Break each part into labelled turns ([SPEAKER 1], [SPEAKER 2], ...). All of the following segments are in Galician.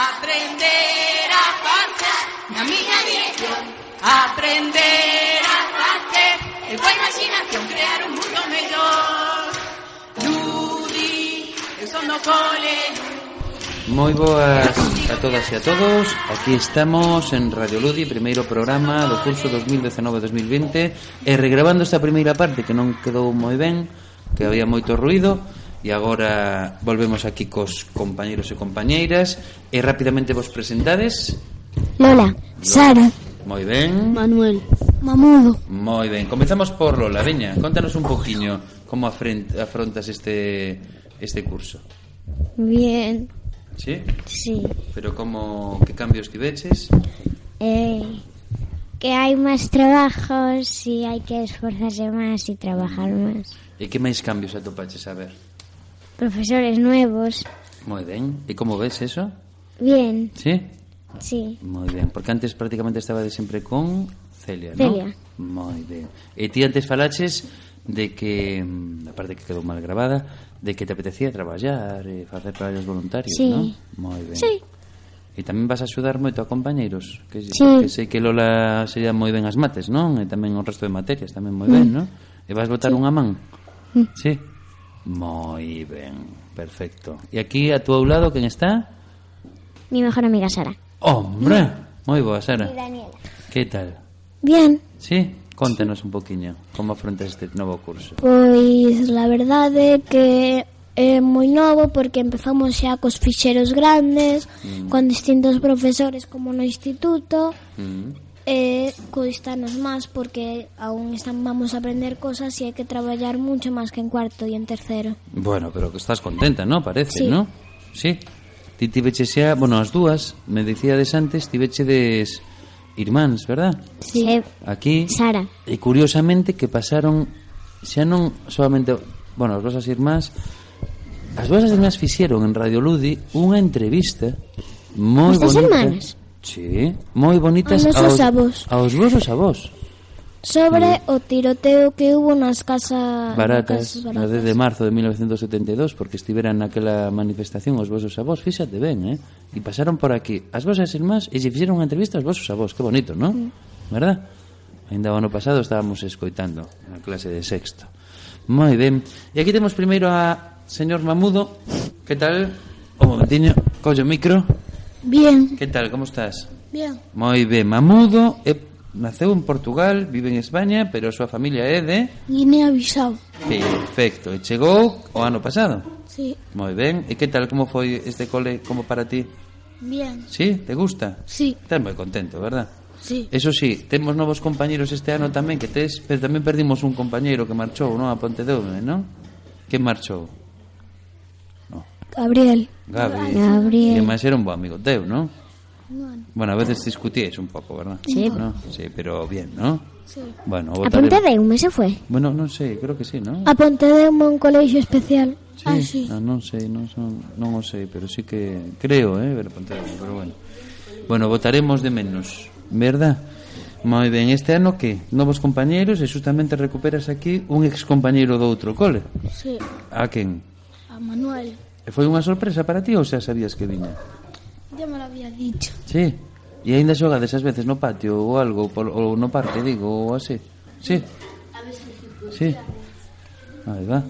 [SPEAKER 1] aprender a farsear, na miña dirección, aprender a facer, e coa imaginación crear un mundo mellor. Ludi, eu son do cole,
[SPEAKER 2] Moi boas a todas e a todos Aquí estamos en Radio Ludi Primeiro programa do curso 2019-2020 E regrabando esta primeira parte Que non quedou moi ben Que había moito ruido E agora volvemos aquí cos compañeros e compañeiras E rapidamente vos presentades
[SPEAKER 3] Lola, Sara,
[SPEAKER 2] Moi ben
[SPEAKER 3] Manuel, Mamudo.
[SPEAKER 2] Moi ben, comezamos por Lola, veña, contanos un poquinho como afren- afrontas este este curso.
[SPEAKER 3] Bien,
[SPEAKER 2] Sí?
[SPEAKER 3] sí.
[SPEAKER 2] Pero como que cambios tiveches?
[SPEAKER 3] Eh, que hay más trabajos y hay que esforzarse más y trabajar más.
[SPEAKER 2] E que máis cambios atopaches a ver?
[SPEAKER 3] Profesores nuevos.
[SPEAKER 2] Moi ben, e como ves eso?
[SPEAKER 3] Bien,
[SPEAKER 2] Sí?
[SPEAKER 3] sí.
[SPEAKER 2] Moi ben, porque antes prácticamente estaba de sempre con Celia, ¿no?
[SPEAKER 3] Celia.
[SPEAKER 2] Moi ben. E ti antes falaches de que, mm, a parte que quedou mal grabada, de que te apetecía traballar e facer traballos voluntarios,
[SPEAKER 3] Sí.
[SPEAKER 2] non? Moi ben.
[SPEAKER 3] Sí.
[SPEAKER 2] E tamén vas a axudar moito a compañeiros que,
[SPEAKER 3] Sí.
[SPEAKER 2] que sei que Lola se lla moi ben as mates, non? E tamén o resto de materias tamén moi ben, non? E vas botar unha man? Sí. Moi ben, perfecto. E aquí a tu lado quen está?
[SPEAKER 3] Mi mejor amiga Sara.
[SPEAKER 2] Hombre, moi boa, Sara.
[SPEAKER 3] Daniela.
[SPEAKER 2] Que tal?
[SPEAKER 3] Bien,
[SPEAKER 2] Sí? Contanos un poquinho como afrontas este novo curso.
[SPEAKER 4] Pois Pues la verdade é que é moi novo porque empezamos xa cos fixeros grandes, mm. con distintos profesores como no instituto,
[SPEAKER 2] Mm.
[SPEAKER 4] e coistanos máis porque aún están vamos a aprender cosas e hai que traballar mucho máis que en cuarto e en tercero.
[SPEAKER 2] Bueno, pero que estás contenta, ¿no? Parece,
[SPEAKER 4] Sí.
[SPEAKER 2] ¿no? Sí. Ti tiveche xa, bueno, as dúas, me decíades antes, tiveche des irmáns, verdad?
[SPEAKER 3] sí.
[SPEAKER 4] Eh,
[SPEAKER 2] Aquí.
[SPEAKER 3] Sara.
[SPEAKER 2] E curiosamente que pasaron xa non solamente, bueno, as vosas irmás as vosas irmás fixeron en Radio Ludi unha entrevista moi
[SPEAKER 3] As das
[SPEAKER 2] bonita.
[SPEAKER 3] irmás?
[SPEAKER 2] Sí, moi bonitas
[SPEAKER 4] Aos nosos avós.
[SPEAKER 2] Aos vosos avós.
[SPEAKER 4] Sobre o tiroteo que hubo nas casas
[SPEAKER 2] baratas, na
[SPEAKER 4] nas
[SPEAKER 2] 10 de marzo de 1972, porque estiveran naquela manifestación os vosos avós, fíxate ben, eh? E pasaron por aquí as vosas irmás e lle fixeron unha entrevista aos vosos avós, que bonito, non? Mm. Verdad? Ainda o ano pasado estábamos escoitando na clase de sexto. Moi ben. E aquí temos primeiro a señor Mamudo. Que tal? Un momentiño, collo o micro.
[SPEAKER 4] Bien,
[SPEAKER 2] Que tal, como estás?
[SPEAKER 4] bien.
[SPEAKER 2] Moi ben, Mamudo é, naceu en Portugal, vive en España, pero a súa familia é de...
[SPEAKER 4] Guinea Bissau.
[SPEAKER 2] Perfecto, e chegou o ano pasado.
[SPEAKER 4] Sí,
[SPEAKER 2] Moi ben, e que tal, como foi este cole como para ti?
[SPEAKER 4] bien.
[SPEAKER 2] Sí, te gusta?
[SPEAKER 4] Sí,
[SPEAKER 2] Estás moi contento, verdad?
[SPEAKER 4] sí.
[SPEAKER 2] Eso sí, temos novos compañeros este ano tamén que tes, pero tamén perdimos un compañeiro que marchou, non? A Pontedeume, non? Que marchou?
[SPEAKER 4] Gabriel.
[SPEAKER 2] Gabi.
[SPEAKER 3] Gabriel.
[SPEAKER 2] Que máis era un bo amigo teu, non? Bueno, a veces discutíais un pouco, verdad?
[SPEAKER 3] Sí.
[SPEAKER 2] ¿No? Sí, pero bien, ¿no? Sí. Bueno,
[SPEAKER 3] A punta
[SPEAKER 2] votaremos.
[SPEAKER 3] de un mes se fue.
[SPEAKER 2] Bueno, non sei, creo que sí, ¿no?
[SPEAKER 4] A Pontedeume un colexio especial. Ah,
[SPEAKER 2] Sí, Ah. non, non sei, non, son, non o sei, pero sí que creo, eh, ver Pontevedra, pero bueno. Bueno, votaremos de menos, verdad? Moi ben, este ano que novos compañeiros e justamente recuperas aquí un excompañeiro do outro cole.
[SPEAKER 4] Sí.
[SPEAKER 2] A quen?
[SPEAKER 4] A Manuel.
[SPEAKER 2] E Foi unha sorpresa para ti ou xa sabías que viña?
[SPEAKER 4] Ya me lo había dicho.
[SPEAKER 2] Sí. E aínda xogades ás veces no patio ou algo, pol- ou no parque, digo, ou así. Sí. Sí. Aí va.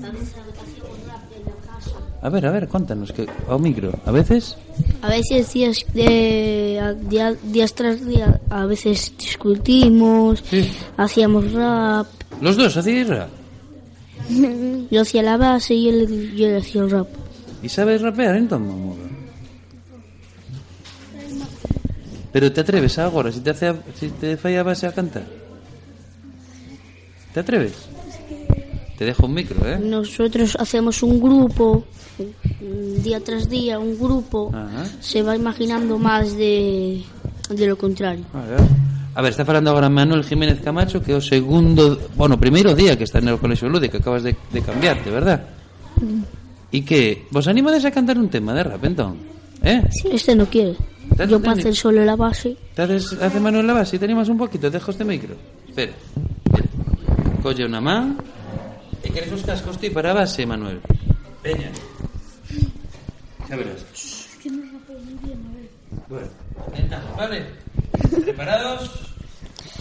[SPEAKER 2] A ver, a ver, contanos que ao micro, a veces
[SPEAKER 5] A veces días de a- día- días tras día a veces discutimos,
[SPEAKER 2] Sí.
[SPEAKER 5] hacíamos rap,
[SPEAKER 2] Los dos hacéis rap.
[SPEAKER 5] yo hacía la base y él, y él hacía el rap.
[SPEAKER 2] ¿Y sabes rapear entón, mamudo? Pero te atreves agora, se te, hace a- se te fai a base a cantar? Te atreves? Te dejo un micro, eh?
[SPEAKER 5] Nosotros hacemos un grupo, mm, día tras día un grupo,
[SPEAKER 2] Ajá.
[SPEAKER 5] se va imaginando más de, de lo contrario.
[SPEAKER 2] Vale, vale. A ver, está falando agora Manuel Jiménez Camacho Que é o segundo, bueno, primeiro día que está no Colexio Lude Que acabas de, de cambiarte, verdad? E que, vos animades a cantar un tema de rap, entón? Eh?
[SPEAKER 5] Este no quiere.
[SPEAKER 2] Dale,
[SPEAKER 5] Yo
[SPEAKER 2] dale.
[SPEAKER 5] para hacer solo la base.
[SPEAKER 2] Te haces, hace Manuel la base, te animas un poquito, te dejo este micro. Espera. espera. Colle unha man. E queres os cascos ti para a base, Manuel? Veña. Xa verás. Shh. Bueno, intentamos, ¿vale? ¿Preparados?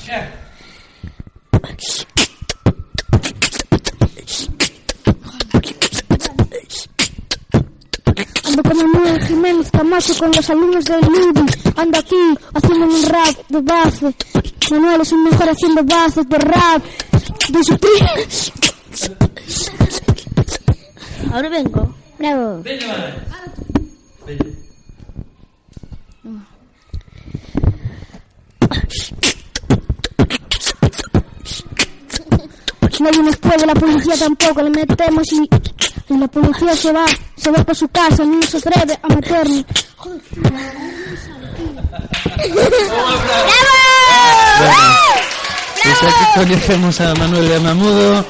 [SPEAKER 2] ¡Ya!
[SPEAKER 4] Ando con Manuel Jiménez Camacho con los alumnos del Ludi. Ando aquí haciendo un rap de base. Manuel es un mejor haciendo bases de rap. De su tri-
[SPEAKER 5] Ahora vengo.
[SPEAKER 3] Bravo.
[SPEAKER 2] ¡Ven, Joana! ¡Ven!
[SPEAKER 4] Nadie nos puede, la policía tampoco, le metemos y, y la policía se va, se va para su casa, ni se atreve a meterme.
[SPEAKER 2] Pois aquí coñecemos a Manuel e a Mamudo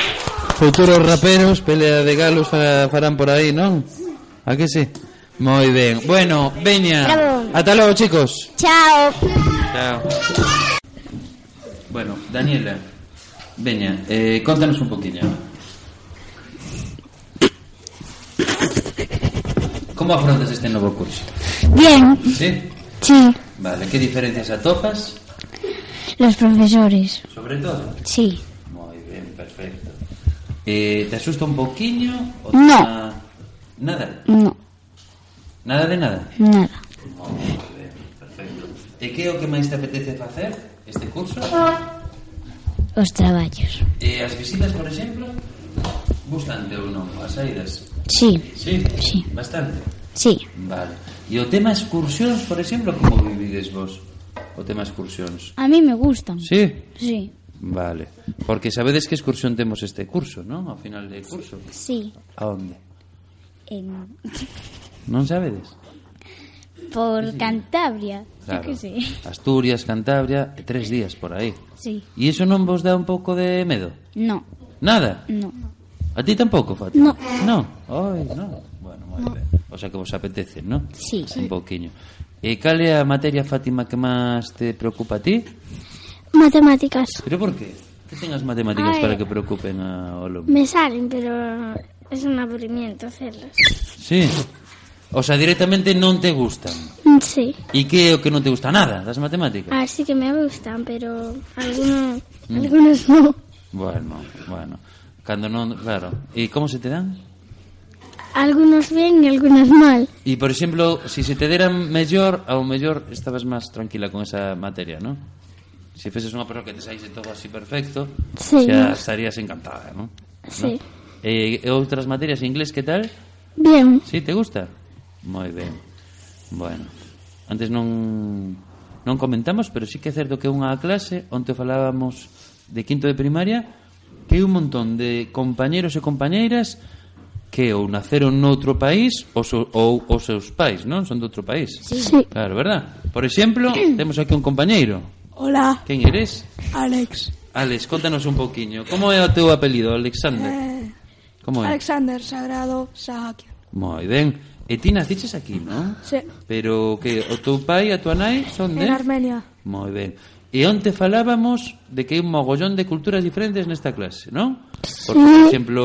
[SPEAKER 2] Futuros raperos, pelea de galos fa- farán por aí, non? A que sí? Moi ben Bueno, veña
[SPEAKER 3] Bravo.
[SPEAKER 2] Ata logo, chicos
[SPEAKER 3] Chao.
[SPEAKER 2] Chao Bueno, Daniela Veña, eh, contanos un poquinho Como afrontas este novo curso?
[SPEAKER 3] Bien.
[SPEAKER 2] Sí?
[SPEAKER 3] Sí.
[SPEAKER 2] Vale, que diferencias atopas?
[SPEAKER 3] Los profesores.
[SPEAKER 2] Sobre todo
[SPEAKER 3] Sí.
[SPEAKER 2] Muy bien, perfecto. Eh, ¿Te asusta un poquillo? o te
[SPEAKER 3] No.
[SPEAKER 2] da- Nada,
[SPEAKER 3] No.
[SPEAKER 2] nada de nada.
[SPEAKER 3] Nada.
[SPEAKER 2] Muy bien, perfecto. E que é o que máis te apetece facer este curso?
[SPEAKER 3] Os trabajos.
[SPEAKER 2] Eh, as visitas, por exemplo, gustante ou non? As saídas?
[SPEAKER 3] Sí.
[SPEAKER 2] Sí?
[SPEAKER 3] Sí.
[SPEAKER 2] Bastante?
[SPEAKER 3] Sí.
[SPEAKER 2] Vale. E o tema excursións, por exemplo, como vivides vos? O tema excursións.
[SPEAKER 3] A mí me gustan.
[SPEAKER 2] Sí?
[SPEAKER 3] Sí.
[SPEAKER 2] Vale. Porque sabedes que excursión temos este curso, non? Ao final de curso.
[SPEAKER 3] Sí.
[SPEAKER 2] A onde?
[SPEAKER 3] En-
[SPEAKER 2] Non sabedes?
[SPEAKER 3] por Cantabria.
[SPEAKER 2] Claro.
[SPEAKER 3] Yo qué sé.
[SPEAKER 2] Asturias, Cantabria, e tres días por aí.
[SPEAKER 3] Sí.
[SPEAKER 2] E iso non vos dá un pouco de medo?
[SPEAKER 3] No.
[SPEAKER 2] Nada?
[SPEAKER 3] No.
[SPEAKER 2] A ti tampouco, Fátima? No. No? Ai, no. Bueno, moi ben. O sea que vos apetece, non?
[SPEAKER 3] Sí.
[SPEAKER 2] Un pouquiño. E cal é a materia, Fátima, que máis te preocupa a ti?
[SPEAKER 4] Matemáticas.
[SPEAKER 2] Pero por qué? Que ten as matemáticas para que preocupen a- ao alumno?
[SPEAKER 4] Me salen, pero es un aburrimiento hacerlas.
[SPEAKER 2] Sí. O sea, directamente non te gustan.
[SPEAKER 4] Sí,
[SPEAKER 2] E que é o que non te gusta nada das matemáticas?
[SPEAKER 4] así que me gustan, pero algunos, algunos no.
[SPEAKER 2] Bueno, bueno. Cando non, claro. E como se te dan?
[SPEAKER 4] Algunos bien y algunos mal.
[SPEAKER 2] E, por exemplo, se se te deran mellor, ao mellor estabas máis tranquila con esa materia, non? Se feses unha persoa que te saíse todo así perfecto,
[SPEAKER 4] Sí.
[SPEAKER 2] xa estarías encantada, non? Non?
[SPEAKER 4] Sí.
[SPEAKER 2] E, e outras materias, inglés, que tal?
[SPEAKER 4] Bien,
[SPEAKER 2] Si, sí, te gusta? Moi ben. Bueno, antes non non comentamos, pero sí que é certo que é unha clase onde falábamos de quinto de primaria que hai un montón de compañeros e compañeiras que ou naceron noutro país ou, so, ou os seus pais, non? Son de outro país. Sí.
[SPEAKER 4] sí.
[SPEAKER 2] Claro, verdad? Por exemplo, temos aquí un compañeiro.
[SPEAKER 6] Hola,
[SPEAKER 2] Quen eres?
[SPEAKER 6] Alex.
[SPEAKER 2] Alex, contanos un pouquiño. Como é o teu apelido, Alexander?
[SPEAKER 6] Eh,
[SPEAKER 2] Como é?
[SPEAKER 6] Alexander Sagrado Sahakian.
[SPEAKER 2] Moi ben. E ti naciches aquí, non?
[SPEAKER 6] Sí,
[SPEAKER 2] Pero que o teu pai e a tua nai son de...
[SPEAKER 6] en Armenia.
[SPEAKER 2] Moi ben. E onte falábamos de que hai un mogollón de culturas diferentes nesta clase, non? Porque, por exemplo,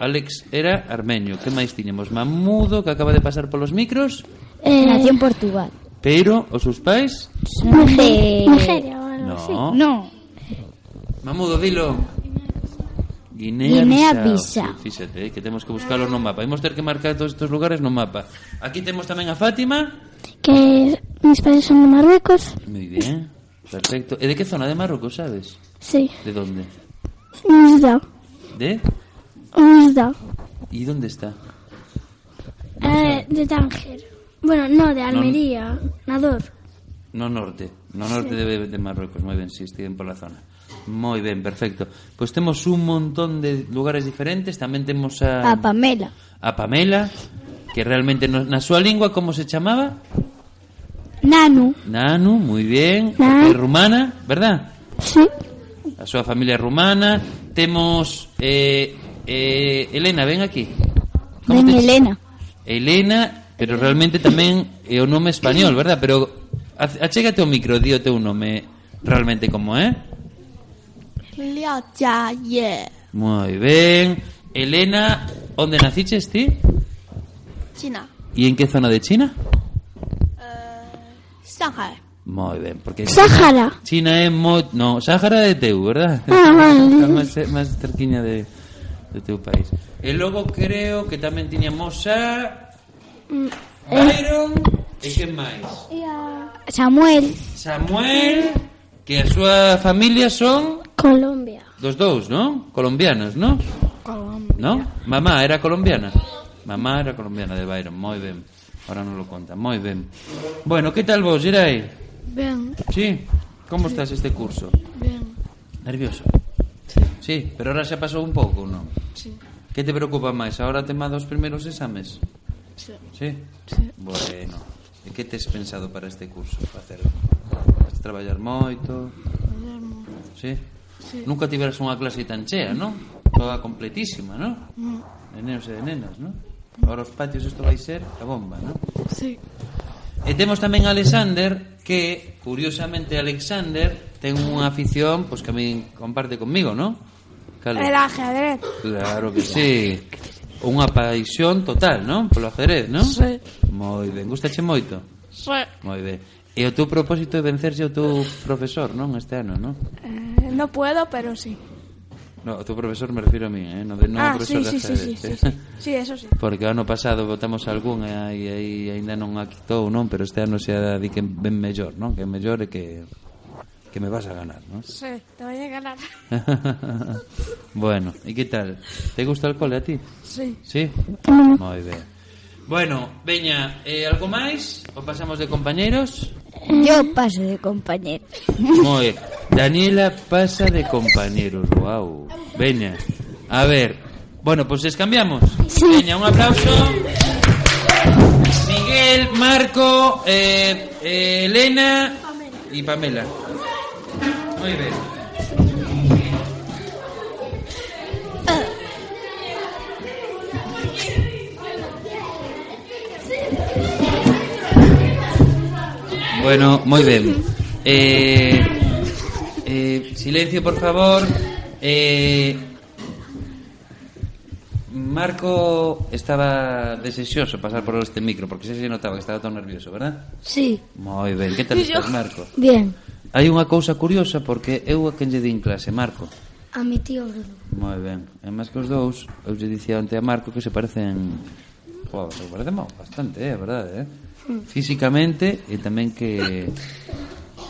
[SPEAKER 2] Alex era armenio. Que máis tiñemos? Mamudo, que acaba de pasar polos micros,
[SPEAKER 4] eh,
[SPEAKER 3] Nació en Portugal.
[SPEAKER 2] pero os seus pais...
[SPEAKER 3] De-
[SPEAKER 4] Nigeria o algo así.
[SPEAKER 2] No.
[SPEAKER 3] No.
[SPEAKER 2] Mamudo, dilo.
[SPEAKER 3] Guinea
[SPEAKER 2] Guinea-Bissau.
[SPEAKER 3] Bissau.
[SPEAKER 2] Sí, Fíxate, eh, que temos que buscalo no mapa. Imos ter que marcar todos estes lugares no mapa. Aquí temos tamén a Fátima.
[SPEAKER 4] Que mis padres son de Marruecos.
[SPEAKER 2] Moi ben. Perfecto. E de que zona de Marrocos, sabes?
[SPEAKER 4] Sí,
[SPEAKER 2] ¿De dónde?
[SPEAKER 4] Nizda.
[SPEAKER 2] ¿De?
[SPEAKER 4] Nizda.
[SPEAKER 2] ¿Y dónde está?
[SPEAKER 4] Eh, de Tánger. Bueno, no, de Almería. Nador.
[SPEAKER 2] No norte, no norte de, de Marruecos, moi ben, si estiven pola zona. Moi ben, perfecto. Pois temos un montón de lugares diferentes, tamén temos a,
[SPEAKER 5] A Pamela.
[SPEAKER 2] a Pamela, que realmente no, na súa lingua como se chamaba?
[SPEAKER 4] Nanu.
[SPEAKER 2] Nanu, moi ben,
[SPEAKER 4] Nanu.
[SPEAKER 2] é rumana, verdad?
[SPEAKER 4] Sí.
[SPEAKER 2] A súa familia é rumana. Temos eh, eh, Elena, ven aquí. Como
[SPEAKER 5] Ven,
[SPEAKER 2] te-
[SPEAKER 5] Elena.
[SPEAKER 2] Elena, pero realmente tamén é o nome español, verdad? Pero ac- achégate ao micro, di o teu nome realmente como é.
[SPEAKER 6] Liao Jia Ye,
[SPEAKER 2] Moi ben. Elena, onde naciches ti?
[SPEAKER 6] China.
[SPEAKER 2] E en que zona de China?
[SPEAKER 6] Shanghai.
[SPEAKER 2] Moi ben, porque
[SPEAKER 4] Sáhara.
[SPEAKER 2] China é moi... No, Sáhara é teu, verdad?
[SPEAKER 4] Ah, vale.
[SPEAKER 2] Está máis, máis cerquiña de, do teu país. E logo creo que tamén tiñamos a...
[SPEAKER 4] Mm, eh.
[SPEAKER 2] Byron e que máis?
[SPEAKER 3] Samuel,
[SPEAKER 2] Samuel, que a súa familia son
[SPEAKER 3] Colombia.
[SPEAKER 2] dos dous, non? Colombianos, non? ¿No? Mamá era colombiana. Mamá era colombiana de Byron, moi ben. Ahora non lo conta, moi ben. Bueno, que tal vos, Geray?
[SPEAKER 5] Ben,
[SPEAKER 2] Sí? Como estás este curso?
[SPEAKER 5] ben.
[SPEAKER 2] Nervioso? Sí, pero ahora xa pasou un pouco, non?
[SPEAKER 5] Sí.
[SPEAKER 2] Que te preocupa máis? Ahora tema dos primeiros exames?
[SPEAKER 5] Sí.
[SPEAKER 2] Sí?
[SPEAKER 5] Sí.
[SPEAKER 2] Bueno. E que tes pensado para este curso? Facer? Vas traballar moito? Sí? sí? Nunca tiveras unha clase tan chea, non? Toda completísima, non? Mm. De nenos e de nenas, non? Ahora os patios isto vai ser a bomba, non?
[SPEAKER 5] Sí.
[SPEAKER 2] E temos tamén a Alexander que, curiosamente, Alexander ten unha afición pois que a min comparte conmigo, non? Cale?
[SPEAKER 6] El ajedrez.
[SPEAKER 2] Claro que sí. Unha paixón total, non? Polo ajedrez, non? Sí. Moi ben, gustache moito.
[SPEAKER 6] Sí.
[SPEAKER 2] Moi ben. E o teu propósito é vencerse o teu profesor, non? Este ano, non?
[SPEAKER 6] Eh, no puedo, pero sí.
[SPEAKER 2] No, o teu profesor me refiro a mí, eh? No, de, non
[SPEAKER 6] ah,
[SPEAKER 2] o
[SPEAKER 6] sí,
[SPEAKER 2] profesor
[SPEAKER 6] sí,
[SPEAKER 2] de
[SPEAKER 6] sí, sí,
[SPEAKER 2] ajedrez,
[SPEAKER 6] sí,
[SPEAKER 2] eh?
[SPEAKER 6] sí. Sí, eso sí.
[SPEAKER 2] Porque o ano pasado votamos algún e aí, aí aínda non a quitou, non? Pero este ano xa di que ben mellor, non? Que é mellor e que que me vas a ganar, non?
[SPEAKER 6] Sí, te voy a ganar.
[SPEAKER 2] bueno, e que tal? Te gusta el cole a ti?
[SPEAKER 6] Sí.
[SPEAKER 2] Sí? Moi ben. Bueno, veña, eh, algo máis? O pasamos de compañeros?
[SPEAKER 3] Yo paso de compañero.
[SPEAKER 2] Moi ben. Daniela pasa de compañeros, wow. Veña, a ver. Bueno, pois pues cambiamos.
[SPEAKER 4] Sí.
[SPEAKER 2] Veña, un aplauso. Miguel, Marco, eh, eh, Elena e Pamela. Moi ben. Bueno, moi ben. Eh, eh, silencio, por favor. Eh, Marco estaba desexoso pasar por este micro, porque se se notaba que estaba todo nervioso, verdad?
[SPEAKER 5] Sí.
[SPEAKER 2] Moi ben, que tal estás, Marco?
[SPEAKER 5] Bien.
[SPEAKER 2] Hai unha cousa curiosa porque eu a quen lle din clase, Marco.
[SPEAKER 5] A mi tío Bruno.
[SPEAKER 2] Moi ben. E máis que os dous, eu lle dicía ante a Marco que se parecen... Jo, se parecen mo- bastante, é eh, a verdade, eh?
[SPEAKER 5] Mm.
[SPEAKER 2] Físicamente e tamén que...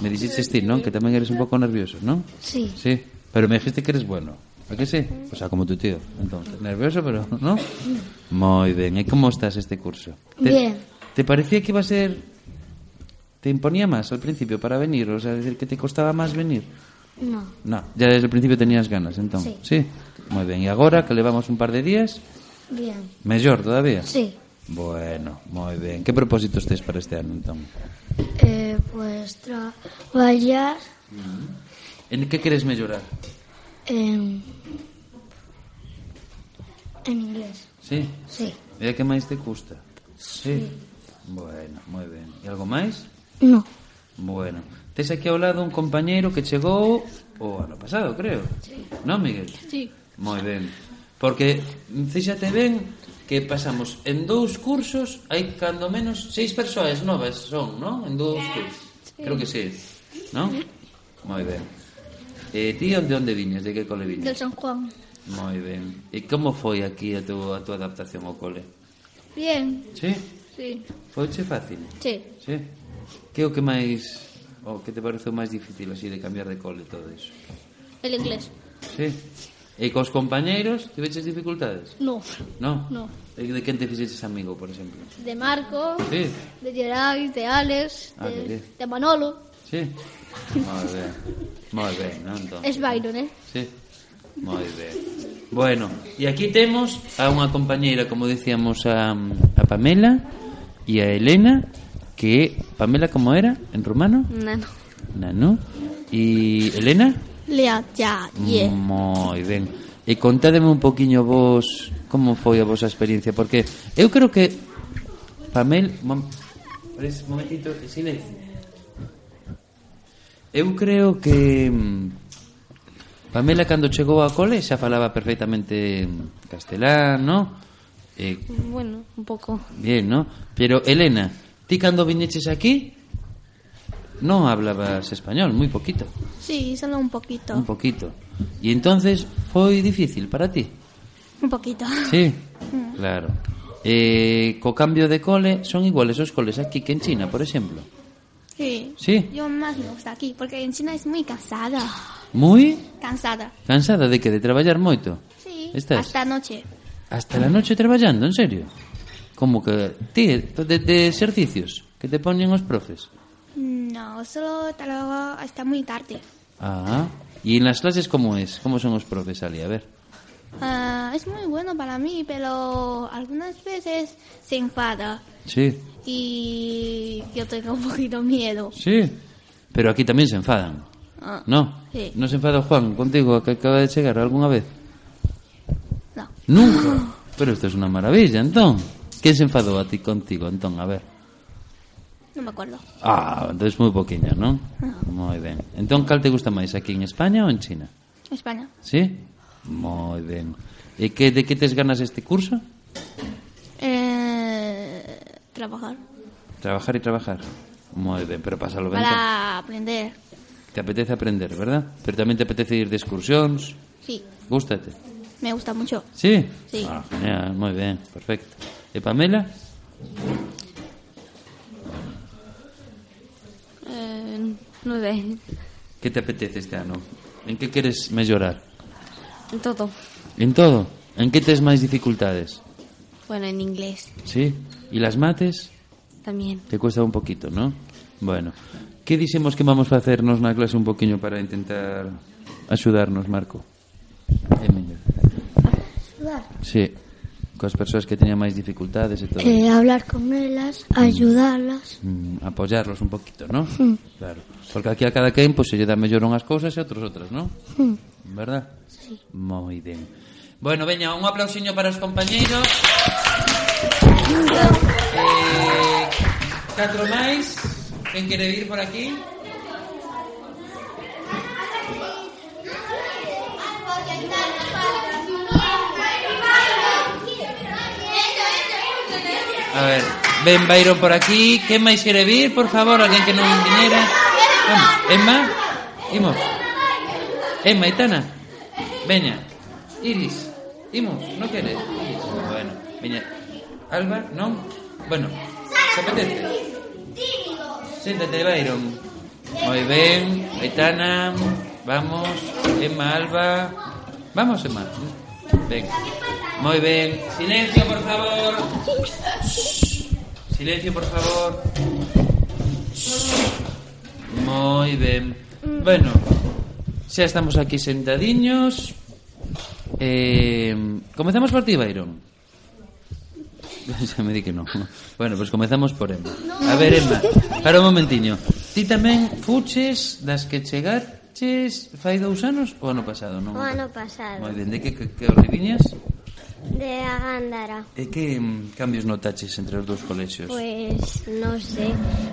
[SPEAKER 2] Me dixiste ti, non? Que tamén eres un pouco nervioso, non?
[SPEAKER 5] Sí.
[SPEAKER 2] Sí. Pero me dijiste que eres bueno. A que sí? O sea, como tu tío. Entonces, nervioso, pero non? Moi ben. E como estás este curso? Te,
[SPEAKER 5] Bien.
[SPEAKER 2] Te parecía que iba a ser... Te imponía máis al principio para venir? O sea, decir que te costaba máis venir?
[SPEAKER 5] No.
[SPEAKER 2] No, ya desde el principio tenías ganas, entón.
[SPEAKER 5] Sí.
[SPEAKER 2] sí. Moi ben, e agora que levamos un par de días,
[SPEAKER 5] Bien.
[SPEAKER 2] mellor todavía?
[SPEAKER 5] Sí.
[SPEAKER 2] Bueno, moi ben. Que propósitos tes para este ano, entón?
[SPEAKER 5] Eh, pues trabajar
[SPEAKER 2] En que queres mellorar?
[SPEAKER 5] en...
[SPEAKER 6] Em,
[SPEAKER 5] En inglés.
[SPEAKER 2] Sí?
[SPEAKER 5] Sí.
[SPEAKER 2] E a que máis te custa? Sí. Bueno, moi ben. E algo máis?
[SPEAKER 5] No.
[SPEAKER 2] Bueno. Tes aquí ao lado un compañeiro que chegou o ano pasado, creo. Sí. Non, Miguel?
[SPEAKER 5] Sí.
[SPEAKER 2] Moi ben. Porque fíxate ben que pasamos en dous cursos hai cando menos seis persoas novas son, non? En dous
[SPEAKER 5] Eh,
[SPEAKER 2] cursos. Creo que sí. Non? Moi ben. E ti onde onde viñes? De que cole viñes?
[SPEAKER 5] San Juan.
[SPEAKER 2] Moi ben. E como foi aquí a túa, a túa adaptación ao cole?
[SPEAKER 5] Bien.
[SPEAKER 2] Sí?
[SPEAKER 5] Sí.
[SPEAKER 2] Foiche fácil?
[SPEAKER 5] Sí.
[SPEAKER 2] Sí? Que é o que máis... O que te pareceu máis difícil así de cambiar de cole e todo iso?
[SPEAKER 5] El inglés.
[SPEAKER 2] Sí? E cos compañeiros tiveches dificultades?
[SPEAKER 5] No.
[SPEAKER 2] No.
[SPEAKER 5] No.
[SPEAKER 2] E De quen te fixeches amigo, por exemplo?
[SPEAKER 5] De Marco,
[SPEAKER 2] Sí,
[SPEAKER 5] de Geray, de Alex,
[SPEAKER 2] Ah, de- Ah, qué
[SPEAKER 5] de,
[SPEAKER 2] bien.
[SPEAKER 5] Manolo.
[SPEAKER 2] sí. Moi ben. Moi ben, non? Entón.
[SPEAKER 5] Es Byron, ¿eh?
[SPEAKER 2] Sí. Moi ben. Bueno, e aquí temos a unha compañeira, como decíamos, a, a Pamela e a Elena, que Pamela como era en rumano?
[SPEAKER 5] Nano.
[SPEAKER 2] Nano. E Elena?
[SPEAKER 6] 了家业。
[SPEAKER 2] Moi ben. E contádeme un poquiño vos como foi a vosa experiencia, porque eu creo que Pamel, mom, pres- momentito, silencio. Eu creo que mm, Pamela cando chegou ao cole xa falaba perfectamente mm, castelán, no? Eh,
[SPEAKER 5] Bueno, un poco.
[SPEAKER 2] bien, no? Pero Elena, ti cando viñeches aquí No hablabas español, muy poquito.
[SPEAKER 6] Sí, solo un poquito.
[SPEAKER 2] Un poquito. Y entonces foi difícil para ti.
[SPEAKER 6] Un poquito.
[SPEAKER 2] Sí, claro. Eh, co cambio de cole son iguales os coles aquí que en China, por exemplo.
[SPEAKER 6] Sí.
[SPEAKER 2] Sí.
[SPEAKER 6] Yo más me gusta aquí, porque en China es muy cansada.
[SPEAKER 2] Moi
[SPEAKER 6] Cansada.
[SPEAKER 2] cansada de que de traballar moito.
[SPEAKER 6] Sí.
[SPEAKER 2] Estás hasta,
[SPEAKER 6] Hasta noche.
[SPEAKER 2] la noche traballando, en serio. Como que ti de, de exercicios que te ponen os profes.
[SPEAKER 6] No, solo trabajo hasta muy tarde.
[SPEAKER 2] Ah, e en las clases como es? Como son os profes, Ali? A ver.
[SPEAKER 6] Ah, es muy bueno para mí, pero algunas veces se enfada
[SPEAKER 2] Sí,
[SPEAKER 6] y yo tengo un poquito miedo.
[SPEAKER 2] sí. Pero aquí tamén se enfadan.
[SPEAKER 6] Ah,
[SPEAKER 2] No,
[SPEAKER 6] Sí.
[SPEAKER 2] non se enfada o Juan contigo que acaba de chegar algunha vez?
[SPEAKER 6] No.
[SPEAKER 2] Nunca. Pero isto é unha maravilla, entón. Quen se enfadou a ti contigo, entón, a ver?
[SPEAKER 6] no me acuerdo.
[SPEAKER 2] Ah, entón moi poquinha, non? Moi ben. Entón, cal te gusta máis, aquí en España ou en China?
[SPEAKER 6] España.
[SPEAKER 2] Sí? Moi ben. E que, de que tes ganas este curso?
[SPEAKER 6] Eh, trabajar.
[SPEAKER 2] Trabajar e trabajar. Moi ben, pero pásalo ben. entón.
[SPEAKER 6] Para aprender.
[SPEAKER 2] Te apetece aprender, verdad? Pero tamén te apetece ir de excursións.
[SPEAKER 6] Sí,
[SPEAKER 2] Gústate.
[SPEAKER 6] me gusta mucho.
[SPEAKER 2] Sí?
[SPEAKER 6] Sí.
[SPEAKER 2] Ah, genial, moi ben, perfecto. E Pamela?
[SPEAKER 7] Eh, non sei.
[SPEAKER 2] Que te apetece este ano? En que queres mellorar?
[SPEAKER 7] En todo.
[SPEAKER 2] En todo. En que tes máis dificultades?
[SPEAKER 7] Bueno, en inglés
[SPEAKER 2] Sí? E las mates?
[SPEAKER 7] tamén.
[SPEAKER 2] Te cuesta un poquito, ¿no? Bueno. Que dixemos que vamos a facernos na clase un poquinho para intentar axudarnos, Marco? Eh, miña. Sí. Coas persoas que teñan máis dificultades e todo.
[SPEAKER 5] Eh, hablar con ellas, ayudarlas.
[SPEAKER 2] Mm, apoyarlos un poquito, ¿no? Claro. Porque aquí a cada quen pues, se lle dan mellor unhas cousas e outros outras, ¿no? ¿Verdad? Sí. Moi ben. Bueno, veña, un aplausiño para os compañeiros. eh, catro máis. Quen quere vir por aquí? A ver, ven Byron por aquí. ¿Quién máis quere vir, por favor? Alguén que non viñera? Vamos, Emma, imos. Emma, Itana, veña. Iris, imos, non quere? Iris. Bueno, veña. Alba, non? Bueno, se apetece? Séntate, Byron. Moi ben, Aitana, vamos, Emma, Alba. Vamos, Emma. Venga. Moi ben. Silencio, por favor. Silencio, por favor. Moi ben. Bueno, xa estamos aquí sentadiños. Eh, comezamos por ti, Byron. Xa me di que non. Bueno, pois pues comezamos por Emma. A ver, Emma, para un momentiño. Ti tamén fuches das que chegaches fai dous anos o ano pasado, non?
[SPEAKER 3] O ano pasado.
[SPEAKER 2] Moi ben, de que, que, que os viñas?
[SPEAKER 3] De Agándara.
[SPEAKER 2] E que mm, cambios notaches entre os dous colexios?
[SPEAKER 3] Pois Pues no sé.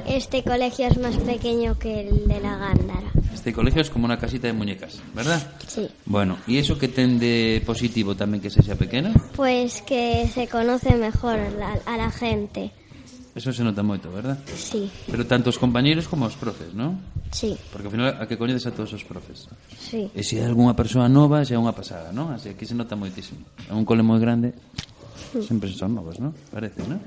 [SPEAKER 3] Este colegio es más pequeño que el de la Gándara.
[SPEAKER 2] Este colegio es como una casita de muñecas, ¿verdad?
[SPEAKER 3] Sí.
[SPEAKER 2] Bueno, ¿y eso que ten de positivo tamén que se sea pequena?
[SPEAKER 3] Pues que se conoce mejor la- a la gente.
[SPEAKER 2] Eso se nota moito, ¿verdad?
[SPEAKER 3] Sí,
[SPEAKER 2] Pero tanto os compañeros como os profes, ¿no?
[SPEAKER 3] sí,
[SPEAKER 2] Porque ao final a que coñedes a todos os profes.
[SPEAKER 3] sí.
[SPEAKER 2] E se é algunha persoa nova, se é unha pasada, ¿no? Así que aquí se nota moitísimo. É un cole moi grande, sempre son novos, ¿no? Parece, ¿no?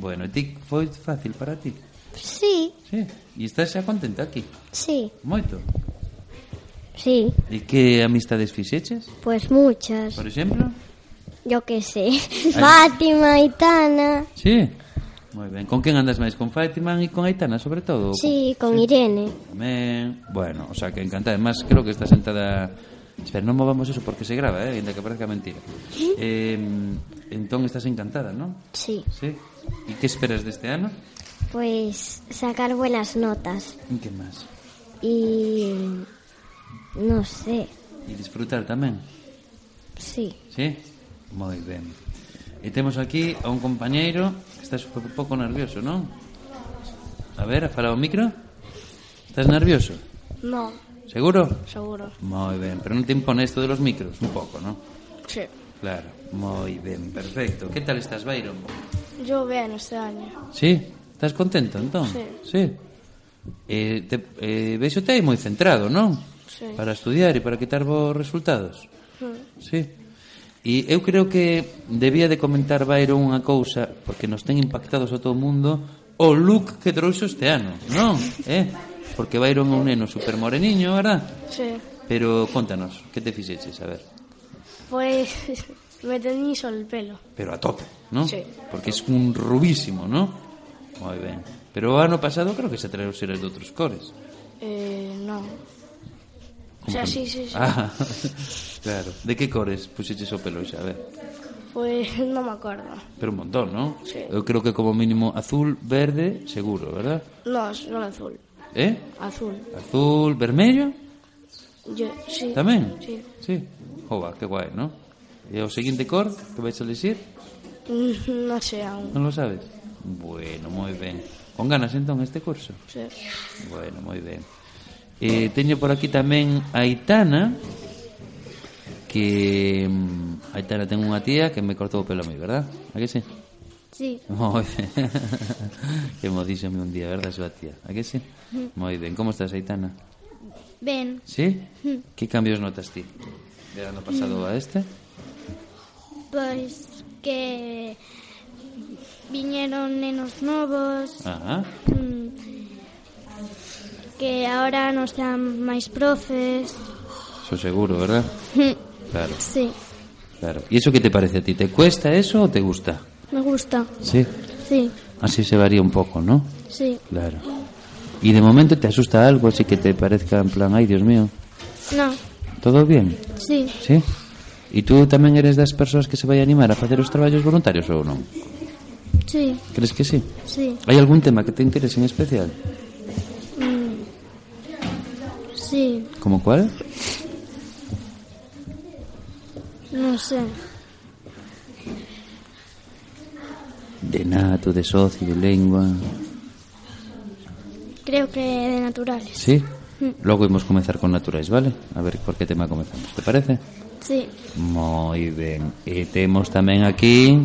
[SPEAKER 2] Bueno, e ti foi fácil para ti?
[SPEAKER 3] Sí,
[SPEAKER 2] Sí. E estás xa contenta aquí?
[SPEAKER 3] sí,
[SPEAKER 2] Moito.
[SPEAKER 3] sí.
[SPEAKER 2] E que amistades fixeches?
[SPEAKER 3] Pues muchas.
[SPEAKER 2] Por exemplo?
[SPEAKER 3] Yo qué sé. Fátima, Itana.
[SPEAKER 2] Sí. Moi ben. Con quen andas máis? Con Fátima e con Aitana, sobre todo?
[SPEAKER 3] Sí, con Irene.
[SPEAKER 2] Tamén. Bueno, o sea, que encantada. Además, creo que está sentada... Espera, non movamos eso porque se grava, eh? Ainda que parezca mentira. Eh, entón estás encantada, non?
[SPEAKER 3] Sí.
[SPEAKER 2] Sí. E que esperas deste ano?
[SPEAKER 3] Pues sacar buenas notas.
[SPEAKER 2] E que máis?
[SPEAKER 3] Y. No sé.
[SPEAKER 2] E disfrutar tamén.
[SPEAKER 3] Sí.
[SPEAKER 2] Sí? Moi ben. E temos aquí a un compañeiro que está un pouco nervioso, non? A ver, fala o micro. Estás nervioso?
[SPEAKER 5] No,
[SPEAKER 2] Seguro?
[SPEAKER 5] seguro.
[SPEAKER 2] Moi ben, pero non te impones todo los micros, un pouco, non?
[SPEAKER 6] Sí.
[SPEAKER 2] Claro, moi ben, perfecto. Que tal estás, Byron?
[SPEAKER 6] Yo vean este año.
[SPEAKER 2] Sí? Estás contento, entón?
[SPEAKER 6] Sí.
[SPEAKER 2] sí. Eh, te, eh, vexo te aí moi centrado, non? Sí. Para estudiar e para quitar vos resultados. Sí. E eu creo que debía de comentar Bairo unha cousa porque nos ten impactados a todo o mundo o look que trouxo este ano, non? Eh? Porque Bairo é un neno super moreniño, verdad?
[SPEAKER 8] Sí.
[SPEAKER 2] Pero contanos, que te fixeches, a ver.
[SPEAKER 8] Pues me teñí el pelo.
[SPEAKER 2] Pero a tope, ¿no?
[SPEAKER 8] Sí.
[SPEAKER 2] Porque es un rubísimo, ¿no? Muy bien. Pero o ano pasado creo que se traeron seres de outros cores.
[SPEAKER 8] Eh, no. O sea, sí, sí, sí.
[SPEAKER 2] Ah, claro. De que cores puxeches o pelo xa, a ver?
[SPEAKER 8] Pues no me acuerdo.
[SPEAKER 2] Pero un montón, ¿no?
[SPEAKER 8] Sí.
[SPEAKER 2] Eu creo que como mínimo azul, verde, seguro, ¿verdad?
[SPEAKER 8] No, no azul.
[SPEAKER 2] ¿Eh?
[SPEAKER 8] Azul.
[SPEAKER 2] Azul, vermello,
[SPEAKER 8] Yo, sí.
[SPEAKER 2] tamén?
[SPEAKER 8] Sí.
[SPEAKER 2] Sí. Jova, que guai, ¿no? E o seguinte cor que vais a elixir?
[SPEAKER 8] Mm, No sé aún.
[SPEAKER 2] Non lo sabes? Bueno, moi ben. Con ganas entón este curso.
[SPEAKER 8] Sí.
[SPEAKER 2] Bueno, moi ben. Eh, teño por aquí tamén a Aitana que mm, Aitana ten unha tía que me cortou o pelo a mí, verdad? A que sí?
[SPEAKER 6] Sí.
[SPEAKER 2] Moi ben. que mo díxome un día, verdad, súa tía? A que sí?
[SPEAKER 8] Mm.
[SPEAKER 2] Moi ben. Como estás, Aitana?
[SPEAKER 6] Ven.
[SPEAKER 2] Sí? Que cambios notas ti? De ano pasado a este?
[SPEAKER 6] Pues que vinieron nenos novos,
[SPEAKER 2] Ajá.
[SPEAKER 6] que ahora nos dan máis profes.
[SPEAKER 2] Eso seguro, verdad? Claro,
[SPEAKER 6] Sí,
[SPEAKER 2] claro. E iso que te parece a ti? Te cuesta eso ou te gusta?
[SPEAKER 6] me gusta.
[SPEAKER 2] Sí.
[SPEAKER 6] Sí,
[SPEAKER 2] Así se varía un pouco, ¿no?
[SPEAKER 6] sí.
[SPEAKER 2] Claro. Y de momento te asusta algo, así que te parezca en plan, ay Dios mío,
[SPEAKER 6] No,
[SPEAKER 2] ¿todo bien?
[SPEAKER 6] sí,
[SPEAKER 2] ¿Sí? E tú tamén eres das persoas que se vai animar a facer os traballos voluntarios ou non?
[SPEAKER 6] sí,
[SPEAKER 2] Crees que sí?
[SPEAKER 6] sí,
[SPEAKER 2] Hai algún tema que te interese en especial?
[SPEAKER 6] sí,
[SPEAKER 2] Como cuál?
[SPEAKER 6] no sé.
[SPEAKER 2] De nato, de socio, de lengua...
[SPEAKER 6] Creo que de naturales.
[SPEAKER 2] ¿Sí? Logo imos comezar con naturais, vale? A ver por que tema comezamos, te parece?
[SPEAKER 6] Sí,
[SPEAKER 2] Moi ben. E temos tamén aquí...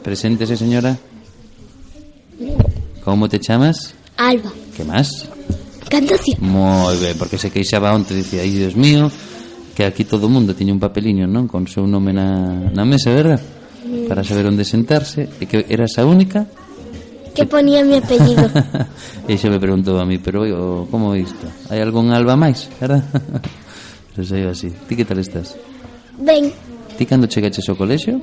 [SPEAKER 2] Preséntese, señora. Como te chamas?
[SPEAKER 5] Alba,
[SPEAKER 2] Que máis?
[SPEAKER 5] cantación.
[SPEAKER 2] Moi ben, porque se queixaba onte, dicía, ai, Dios mío, que aquí todo o mundo tiña un papeliño, non? Con seu nome na, na mesa, verdad? Para saber onde sentarse, e que eras a única,
[SPEAKER 5] Que ponía mi apellido.
[SPEAKER 2] e xa me preguntou a mí, pero o, como é isto? Hai algún alba máis, verdad? pero sei así. Ti que tal estás?
[SPEAKER 5] Ven,
[SPEAKER 2] Ti cando chegaches ao colexio?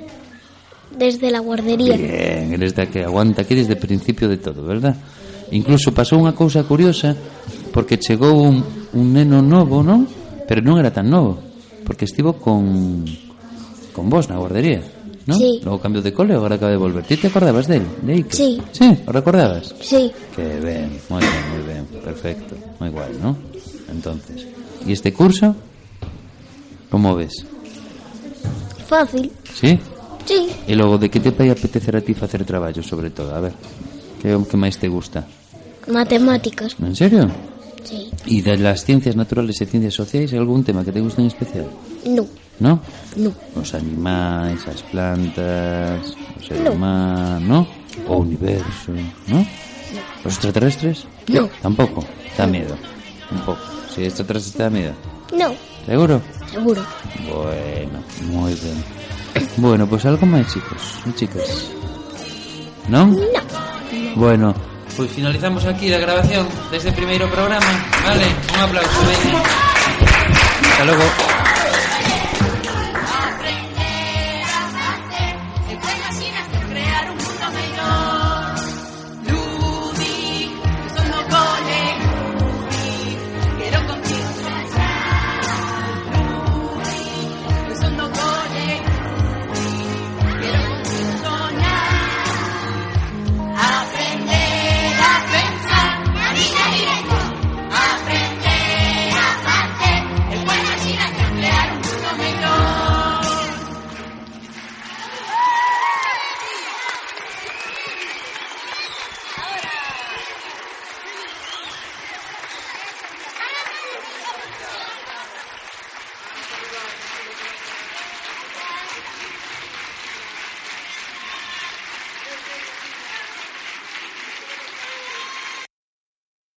[SPEAKER 5] desde la guardería.
[SPEAKER 2] Bien, eres da que aguanta aquí desde o principio de todo, verdad? Incluso pasou unha cousa curiosa porque chegou un, un neno novo, non? Pero non era tan novo, porque estivo con con vos na guardería, non?
[SPEAKER 5] Sí.
[SPEAKER 2] Logo cambiou de cole, agora acaba de volver. Ti te acordabas del? De Iker?
[SPEAKER 5] Sí.
[SPEAKER 2] Sí, o recordabas?
[SPEAKER 5] Sí,
[SPEAKER 2] Que ben, moi ben, moi ben, perfecto. Moi guai, non? Entonces, e este curso? Como ves?
[SPEAKER 5] fácil.
[SPEAKER 2] Sí?
[SPEAKER 5] Sí,
[SPEAKER 2] E logo, de que te vai apetecer a ti facer traballo, sobre todo? A ver, que é o que máis te gusta?
[SPEAKER 5] matemáticas.
[SPEAKER 2] En serio?
[SPEAKER 5] Sí,
[SPEAKER 2] E das las ciencias naturales e ciencias sociais, hai algún tema que te guste en especial?
[SPEAKER 5] no,
[SPEAKER 2] No?
[SPEAKER 5] no,
[SPEAKER 2] Os animais, as plantas, o ser no. humano, no? O universo, no? Os extraterrestres?
[SPEAKER 5] No.
[SPEAKER 2] Tampouco? Dá miedo? Un pouco. Si extraterrestres te dá miedo?
[SPEAKER 5] no,
[SPEAKER 2] Seguro?
[SPEAKER 5] seguro.
[SPEAKER 2] Bueno, moi ben. Bueno, pois pues algo máis, chicos e chicas. Non? No. Bueno, pois pues finalizamos aquí a este grabación deste primeiro programa. Vale, un aplauso, veña. Hasta logo.